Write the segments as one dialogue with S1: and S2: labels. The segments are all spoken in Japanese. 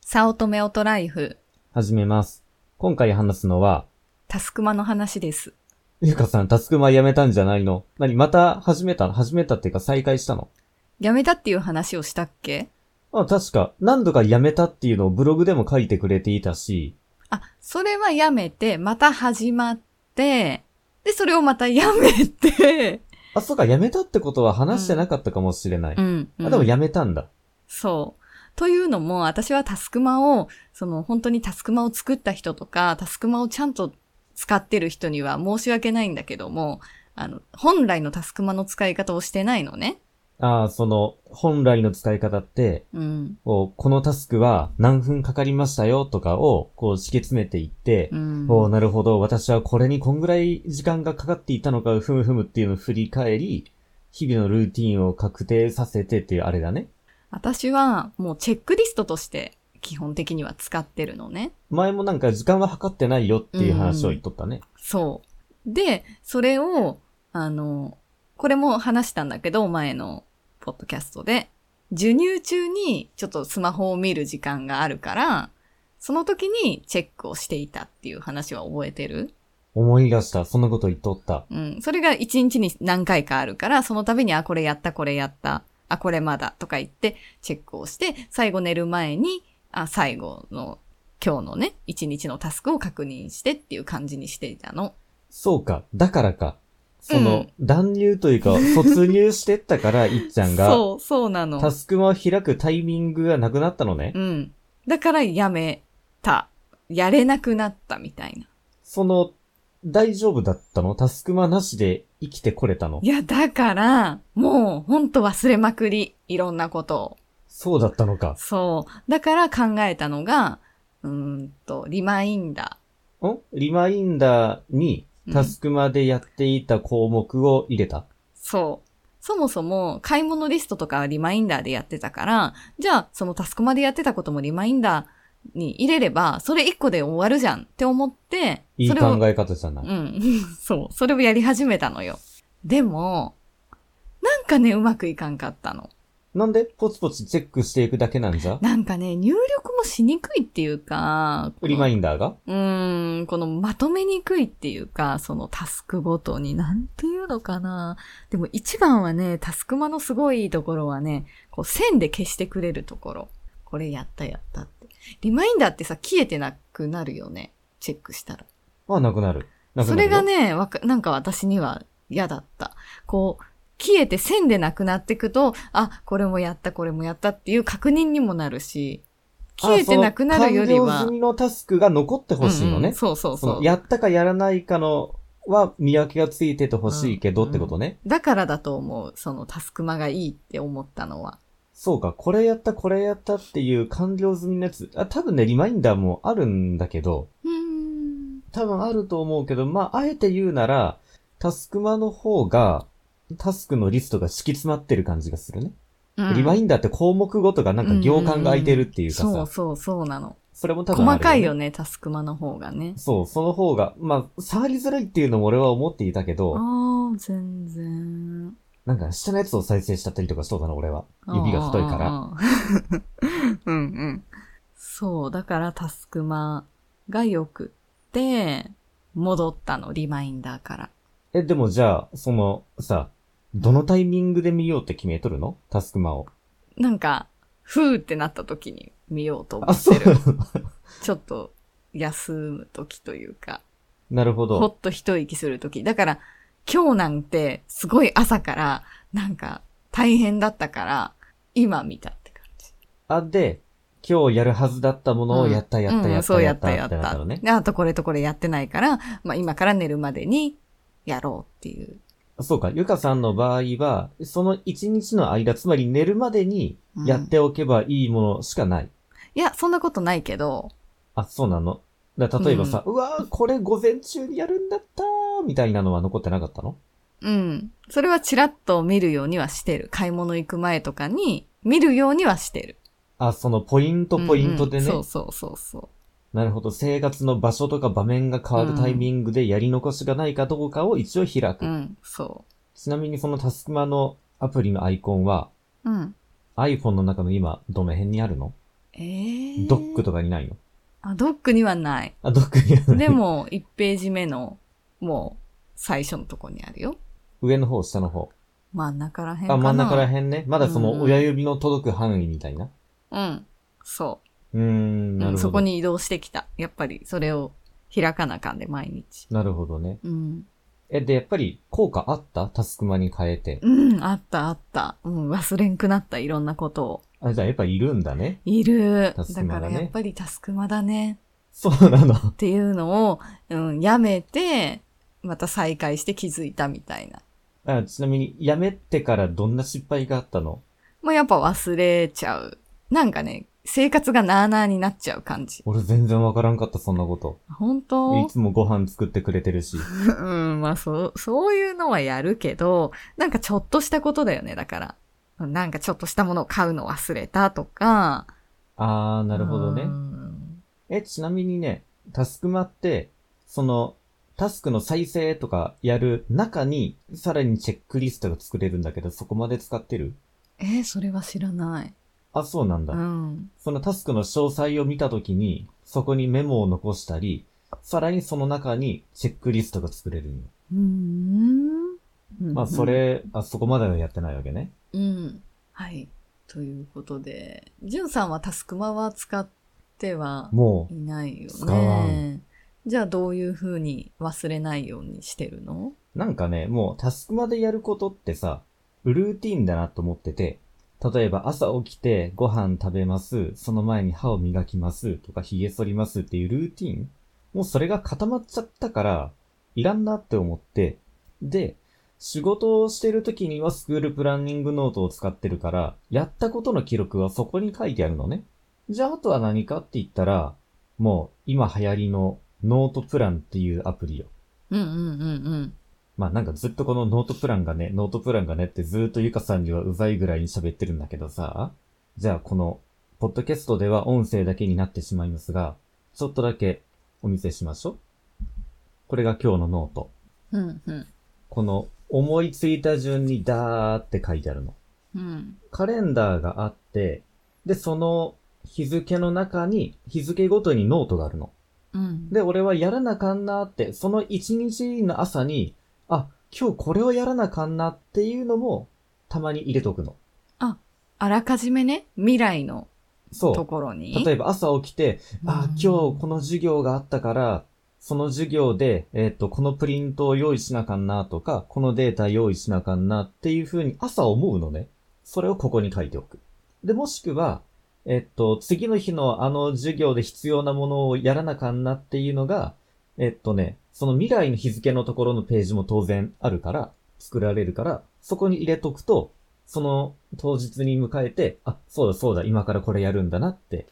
S1: サオトメオトライフ、
S2: 始めます。今回話すのは、
S1: タスクマの話です。
S2: ゆかさん、タスクマやめたんじゃないの何また始めた始めたっていうか再開したの
S1: やめたっていう話をしたっけ
S2: あ、確か、何度かやめたっていうのをブログでも書いてくれていたし、
S1: あ、それはやめて、また始まって、で、それをまたやめて、
S2: あ、そうか、やめたってことは話してなかったかもしれない。
S1: うん、うん
S2: あ、でもやめたんだ。
S1: そう。というのも、私はタスクマを、その本当にタスクマを作った人とか、タスクマをちゃんと使ってる人には申し訳ないんだけども、あの、本来のタスクマの使い方をしてないのね。
S2: ああ、その、本来の使い方って、
S1: うん。
S2: こうこのタスクは何分かかりましたよとかを、こう、敷き詰めていって
S1: う、ん。
S2: おーなるほど、私はこれにこんぐらい時間がかかっていたのか、ふむふむっていうのを振り返り、日々のルーティンを確定させてっていうあれだね。
S1: 私はもうチェックリストとして基本的には使ってるのね。
S2: 前もなんか時間は測ってないよっていう話を言っとったね。
S1: そう。で、それを、あの、これも話したんだけど、前のポッドキャストで、授乳中にちょっとスマホを見る時間があるから、その時にチェックをしていたっていう話は覚えてる
S2: 思い出した、そんなこと言っとった。
S1: うん。それが一日に何回かあるから、その度に、あ、これやった、これやった、あ、これまだ、とか言って、チェックをして、最後寝る前に、あ、最後の、今日のね、一日のタスクを確認してっていう感じにしていたの。
S2: そうか、だからか。その、
S1: う
S2: 断乳というか、卒乳してっ たから、いっちゃんが、
S1: そう、そうなの。
S2: タスクマを開くタイミングがなくなったのね。
S1: うん。だからやめた。やれなくなったみたいな。
S2: その、大丈夫だったのタスクマなしで生きてこれたの
S1: いや、だから、もうほんと忘れまくり。いろんなことを。
S2: そうだったのか。
S1: そう。だから考えたのが、うーんと、リマインダ
S2: んリマインダーに
S1: うん
S2: タスクまでやっていた項目を入れた。
S1: ー。そう。そもそも買い物リストとかはリマインダーでやってたから、じゃあそのタスクまでやってたこともリマインダーに入れれば、それ一個で終わるじゃんって思って、
S2: い
S1: そ
S2: い
S1: れを
S2: 考え方じゃない。
S1: うん。 そう。それをやり始めたのよ。でも、なんかね、うまくいかんかったの。
S2: なんでポツポツチェックしていくだけなんじゃ
S1: なんかね、入力もしにくいっていうか、
S2: リマ
S1: イ
S2: インダーが
S1: うーん、このまとめにくいっていうか、そのタスクごとに、なんていうのかな。でも一番はね、タスクマのすごいいいところはね、こう線で消してくれるところ。これやったやったって。リマインダーってさ、消えてなくなるよね。チェックしたら。
S2: はなくなる。なく
S1: そ
S2: なる
S1: れが。
S2: よ
S1: ね、わか、なんか私には嫌だった。こう、消えて線でなくなっていくと、あ、これもやった、これもやったっていう確認にもなるし、消えてなくなるより
S2: あその完了
S1: は
S2: 済、みのタスクが残ってほしい
S1: う
S2: の
S1: んう
S2: ね。
S1: んそうそう
S2: そ
S1: そ
S2: の
S1: う。
S2: やったかやらないかのは見分けがついててほしいけどってことね。
S1: だからだと思う。そのタスクマがいいって思ったのは。
S2: そうか、これやった、これやったっていう完了済みのやつ。あ、多分ね、リマインダーもあるんだけど、
S1: うーん。
S2: 多分あると思うけど、まあ、あえて言うなら、タスクマの方が、タスクのリストが敷き詰まってる感じがするね。リマイ
S1: ン
S2: ンダーって項目ごとがなんか行間が空いてるっていうかさ、
S1: そうそうそうなの。
S2: それも多分
S1: 細
S2: あるよね
S1: かいよね、タスクマの方がね。
S2: そう、その方が、まあ、触りづらいっていうのも俺は思っていたけど、
S1: ああ、全然。
S2: なんか下のやつを再生したったりとかしそうだな、俺は。指が太いから。
S1: ら。 うんうん。そう、だからタスクマが良くって、戻ったの、リマインダーから。
S2: え、でもじゃあ、その、さ、どのタイミングで見ようって決めとるのタスクマを。
S1: なんか、ふーってなった時に見ようと思
S2: あ、
S1: っ
S2: そう
S1: て。る。ちょっと休む時というか、
S2: なるほ
S1: ほ
S2: ど。
S1: っと一息する時。だから、今日なんてすごい朝から、なんか大変だったから、今見たって感じ。
S2: あ、で、今日やるはずだったものをやったやった
S1: う
S2: や
S1: ん
S2: ったやった
S1: そう
S2: やったってなったのね。
S1: であとこれとこれやってないから、まあ今から寝るまでにやろうっていう。
S2: そうか、ゆかさんの場合は、その一日の間、つまり寝るまでに
S1: うん
S2: やっておけばいいものしかない。
S1: いや、そんなことないけど、
S2: あ、そうなのだ例えばさ、うわーこれ午前中にやるんだったーみたいなのは残ってなかったの
S1: うん。それはチラッと見るようにはしてる。買い物行く前とかに見るようにはしてる。
S2: あ、そのポイントポイントでね、
S1: うんうんそうそうそうそう。
S2: なるほど、生活の場所とか場面が変わるタイミングでやり残しがないかどうかを一応開く。
S1: うん、そ
S2: ちなみにそのタスクマのアプリのアイコンは、
S1: う。うん。
S2: iPhone の中の今、どの辺にあるの
S1: えー、
S2: ドックとかにないの
S1: あ、ドックにはない。
S2: あ、ドックにはない。
S1: でも、1ページ目の、もう、最初のとこにあるよ。
S2: 上の方、下の方。
S1: 真ん中らへんかな。
S2: あ、真ん中らへんね。まだそ
S1: うん
S2: の親指の届く範囲みたいな。
S1: うん。そう
S2: ーん、
S1: う。
S2: な
S1: う
S2: るほ
S1: ん、
S2: ど。
S1: そこ。に移動してきた。やっぱり、それを開かなあかんで、毎日。
S2: なるほどね。
S1: うん。
S2: え、で、やっぱり効果あったタスクマに変えて。
S1: うん、あったあった。うん、忘れんくなった、いろんなことを。
S2: あ、じゃあやっぱいるんだね。
S1: いる。
S2: タスク
S1: だ
S2: マ
S1: か
S2: だね
S1: ら、やっぱりタスクマだね。
S2: そうなの。
S1: っていうのを、うん、やめて、また再開して気づいたみたいな。
S2: あちなみに、辞めてからどんな失敗があったの
S1: もうやっぱ忘れちゃう。なんかね、生活がなあなあになっちゃう感じ。
S2: 俺全然わからんかった、そんなこと。
S1: 本
S2: い
S1: 当
S2: つもご飯作ってくれてる し。
S1: うん、まあそう、そういうのはやるけど、なんかちょっとしたことだよね、だから。なんかちょっとしたものを買うの忘れたとか。
S2: あー、なるほどね
S1: う。ん
S2: え、ちなみにね、タスクマって、その、タスクの再生とかやる中に、さらにチェックリストが作れるんだけど、そこまで使ってる
S1: えーそれは知らない。
S2: あ、そうなんだ。
S1: うん。
S2: そのタスクの詳細を見たときに、そこにメモを残したり、さらにその中にチェックリストが作れるんよ
S1: うん。
S2: まあ、そ。れ、あ、そこまではやってないわけね。
S1: うん。はい。ということで、じゅんさんはタスクマは使っては
S2: も
S1: いないよ
S2: 使わ
S1: ね。じゃあどういうふうに忘れないようにしてるの
S2: う、なんかね、もうタスクまでやることってさ、ルーティンだなと思ってて、例えば朝起きてご飯食べます、その前に歯を磨きますとか髭剃りますっていうルーティンもうそれが固まっちゃったから、いらんなって思って、で、仕事をしてる時にはスクールプランニングノートを使ってるから、やったことの記録はそこに書いてあるのね。じゃああとは何かって言ったら、もう今流行りのノートプランっていうアプリよ。
S1: うんうんうん
S2: まあなんかずっとこのノートプランがね、ノートプランがねってずーっとゆかさんにはうざいぐらいに喋ってるんだけどさ、じゃあこの、ポッドキャストでは音声だけになってしまいますが、ちょっとだけお見せしましょう。これが今日のノート。
S1: うん。うんうん。
S2: この、思いついた順にダーって書いてあるの。
S1: うん。
S2: カレンダーがあって、で、その日付の中に、日付ごとにノートがあるの。
S1: うん。
S2: で、俺はやらなかんなって、その一日の朝に、あ、今日これをやらなかんなっていうのも、たまに入れとくの。
S1: あらかじめね、未来のと
S2: そ
S1: ころに。
S2: う。例えば朝起きて、あ、今日この授業があったから、その授業で、えっ、と、このプリントを用意しなかんなとか、このデータ用意しなかんなっていうふうに朝思うのね。それをここに書いておく。で、もしくは、えっと、次の日のあの授業で必要なものをやらなかんなっていうのが、えっとね、その未来の日付のところのページも当然あるから、作られるから、そこに入れとくと、その当日に迎えて、あ、そうだそうだ、今からこれやるんだなって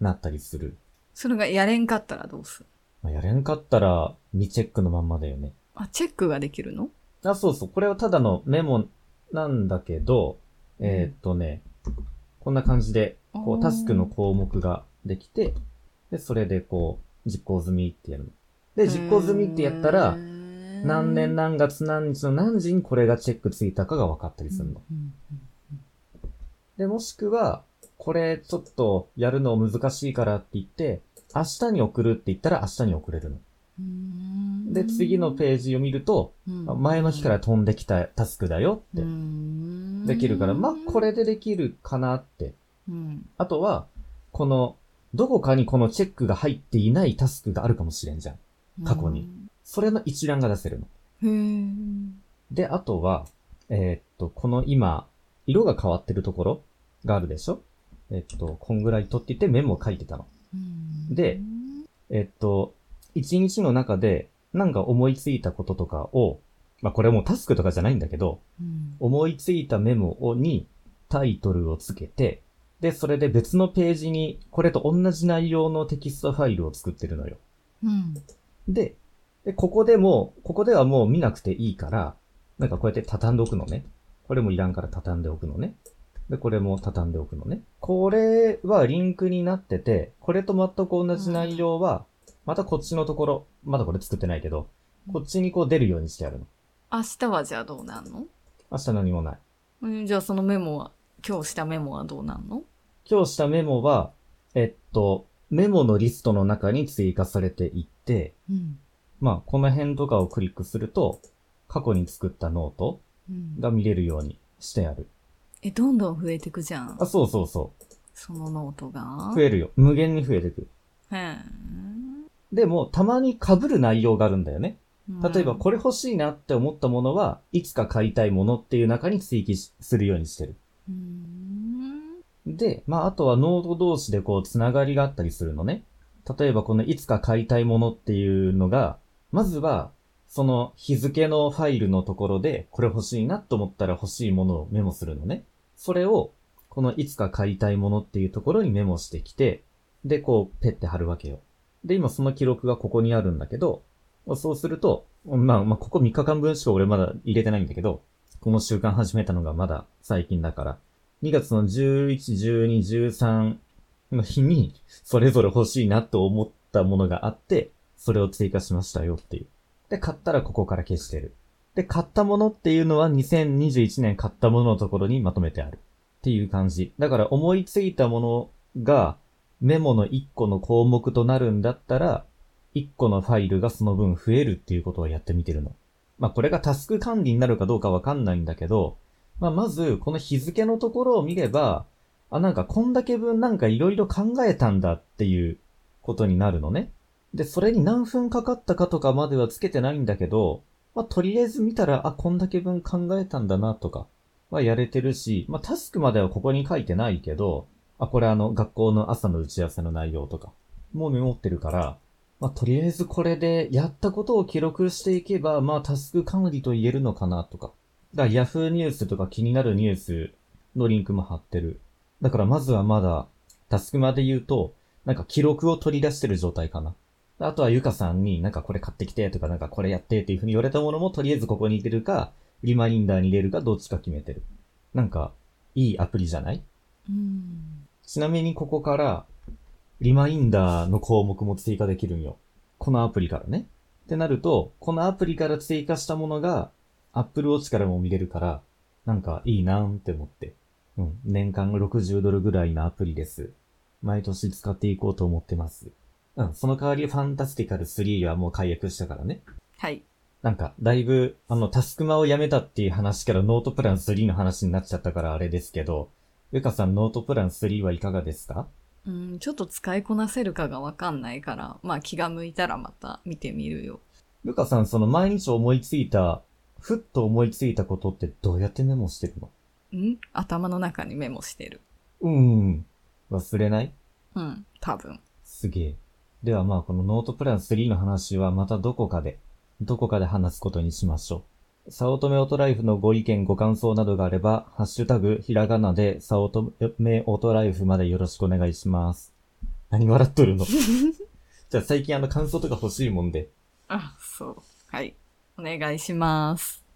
S2: なったりする。
S1: それがやれんかったらどうする
S2: まあ、やれんかったら、未チェックのまんまだよね。
S1: あ、チェックができるの
S2: あ、そうそう。これはただのメモなんだけど、えーっとね、こんな感じで、こ
S1: おー
S2: う、タスクの項目ができて、で、それでこう、実行済みってやるの。で、実行済みってやったら、何
S1: 何
S2: 年何月何日の何時にこれがチェックついたかが分かったりするの。で、もしくは、これちょっとやるの難しいからって言って、明日に送るって言ったら明日に送れるの。で、次のページを見ると、あ前の日から飛んできたタスクだよってできるから、まあ、こ
S1: れ。
S2: れでできるかなって。
S1: うん
S2: あとは、この、どこかにこのチェックが入っていないタスクがあるかもしれんじゃん。過去に。それの一覧が出せるの。
S1: うん
S2: で、あとは、えーっと、この今、色が変わってるところがあるでしょえっと、こんぐらい取っていてメモを書いてたの。
S1: へー。
S2: でえっと、一日の中で、なんか思いついたこととかを、まあ、これはもうタスクとかじゃないんだけど、
S1: うん、
S2: 思いついたメモをにタイトルをつけて、で、それで別のページに、これと同じ内容のテキストファイルを作ってるのよ。
S1: うん
S2: で、でここでもう、ここではもう見なくていいから、なんかこうやって畳んでおくのね。これもいらんから畳んでおくのね。で、これも畳んでおくのね。これはリンクになってて、これと全く同じ内容は、またこっちのところ、まだこれ作ってないけど、こっちにこう出るようにしてあるの。
S1: 明日はじゃあどうなんの
S2: 明日何もない。
S1: うんじゃあそのメモは、今日したメモはどうなんの
S2: 今日したメモは、ええっと、メモのリストの中に追加されていって、
S1: うん。
S2: まあ、この辺とかをクリックすると、過去に作ったノート
S1: うん、
S2: が見れるようにしてある。
S1: え、どんどん増えてくじゃん
S2: あ、。そうそうそ
S1: そのノートが
S2: う。増。えるよ。無限に増えてくる。
S1: へ
S2: でも、たまに被る内容があるんだよね。
S1: ー
S2: 例えば、これ欲しいなって思ったものは、いつか買いたいものっていう中に追記しするようにしてる。
S1: うん。
S2: で、まあ、あとはノート同士でこう、つながりがあったりするのね。例えば、このいつか買いたいものっていうのが、まずは、その日付のファイルのところで、これ欲しいなと思ったら欲しいものをメモするのね。それを、このいつか買いたいものっていうところにメモしてきて、で、こう、ペッて貼るわけよ。で、今その記録がここにあるんだけど、そうすると、まあ、まあ、ここ3日間分しか俺まだ入れてないんだけど、この習慣始めたのがまだ最近だから、2月の11、12、13の日に、それぞれ欲しいなと思ったものがあって、それを追加しましたよっていう。で、買ったらここから消してる。で、買ったものっていうのは2021年買ったもののところにまとめてある。っていう感じ。だから思いついたものがメモの1個の項目となるんだったら、1個のファイルがその分増えるっていうことをやってみてるの。まあ、これがタスク管理になるかどうかわかんないんだけど、まあ、まず、この日付のところを見れば、あ、なんかこんだけ分なんかいろいろ考えたんだっていうことになるのね。で、それに何分かかったかとかまではつけてないんだけど、まあ、とりあえず見たら、あ、こんだけ分考えたんだなとかはやれてるし、まあ、タスクまではここに書いてないけど、あ、これあの、学校の朝の打ち合わせの内容とか、もうメモってるから、まあ、とりあえずこれでやったことを記録していけば、まあ、タスク管理と言えるのかなとか。だから Yahoo ニュースとか気になるニュースのリンクも貼ってる。だからまずはまだ、タスクまで言うと、なんか記録を取り出してる状態かな。あとはゆかさんになんかこれ買ってきてとかなんかこれやってっていうふうに言われたものもとりあえずここに入れるか、リマインダーに入れるかどっちか決めてる。なんか、いいアプリじゃない
S1: うん。
S2: ちなみにここから、リマインダーの項目も追加できるんよ。このアプリからね。ってなると、このアプリから追加したものが、Apple Watch からも見れるから、なんかいいなーって思って。うん。年間60ドルぐらいのアプリです。毎年使っていこうと思ってます。うん。その代わり、ファンタスティカル3はもう解約したからね。
S1: はい。
S2: なんか、だいぶ、あの、タスクマをやめたっていう話からノートプラン3の話になっちゃったからあれですけど、ゆかさんノートプラン3はいかがですか
S1: うん、ちょっと使いこなせるかがわかんないから、まあ気が向いたらまた見てみるよ。
S2: ルカさん、その毎日思いついた、ふっと思いついたことってどうやってメモしてるの
S1: ん頭の中にメモしてる。
S2: うん。忘れない
S1: うん、多分。
S2: すげえ。ではまあ、このノートプラン3の話はまたどこかで、どこかで話すことにしましょう。サオトメオトライフのご意見、ご感想などがあれば、ハッシュタグ、ひらがなで、サオトメオトライフまでよろしくお願いします。何笑っとる のじゃあ最近あの感想とか欲しいもんで、
S1: あ、そう。はい。お願いします。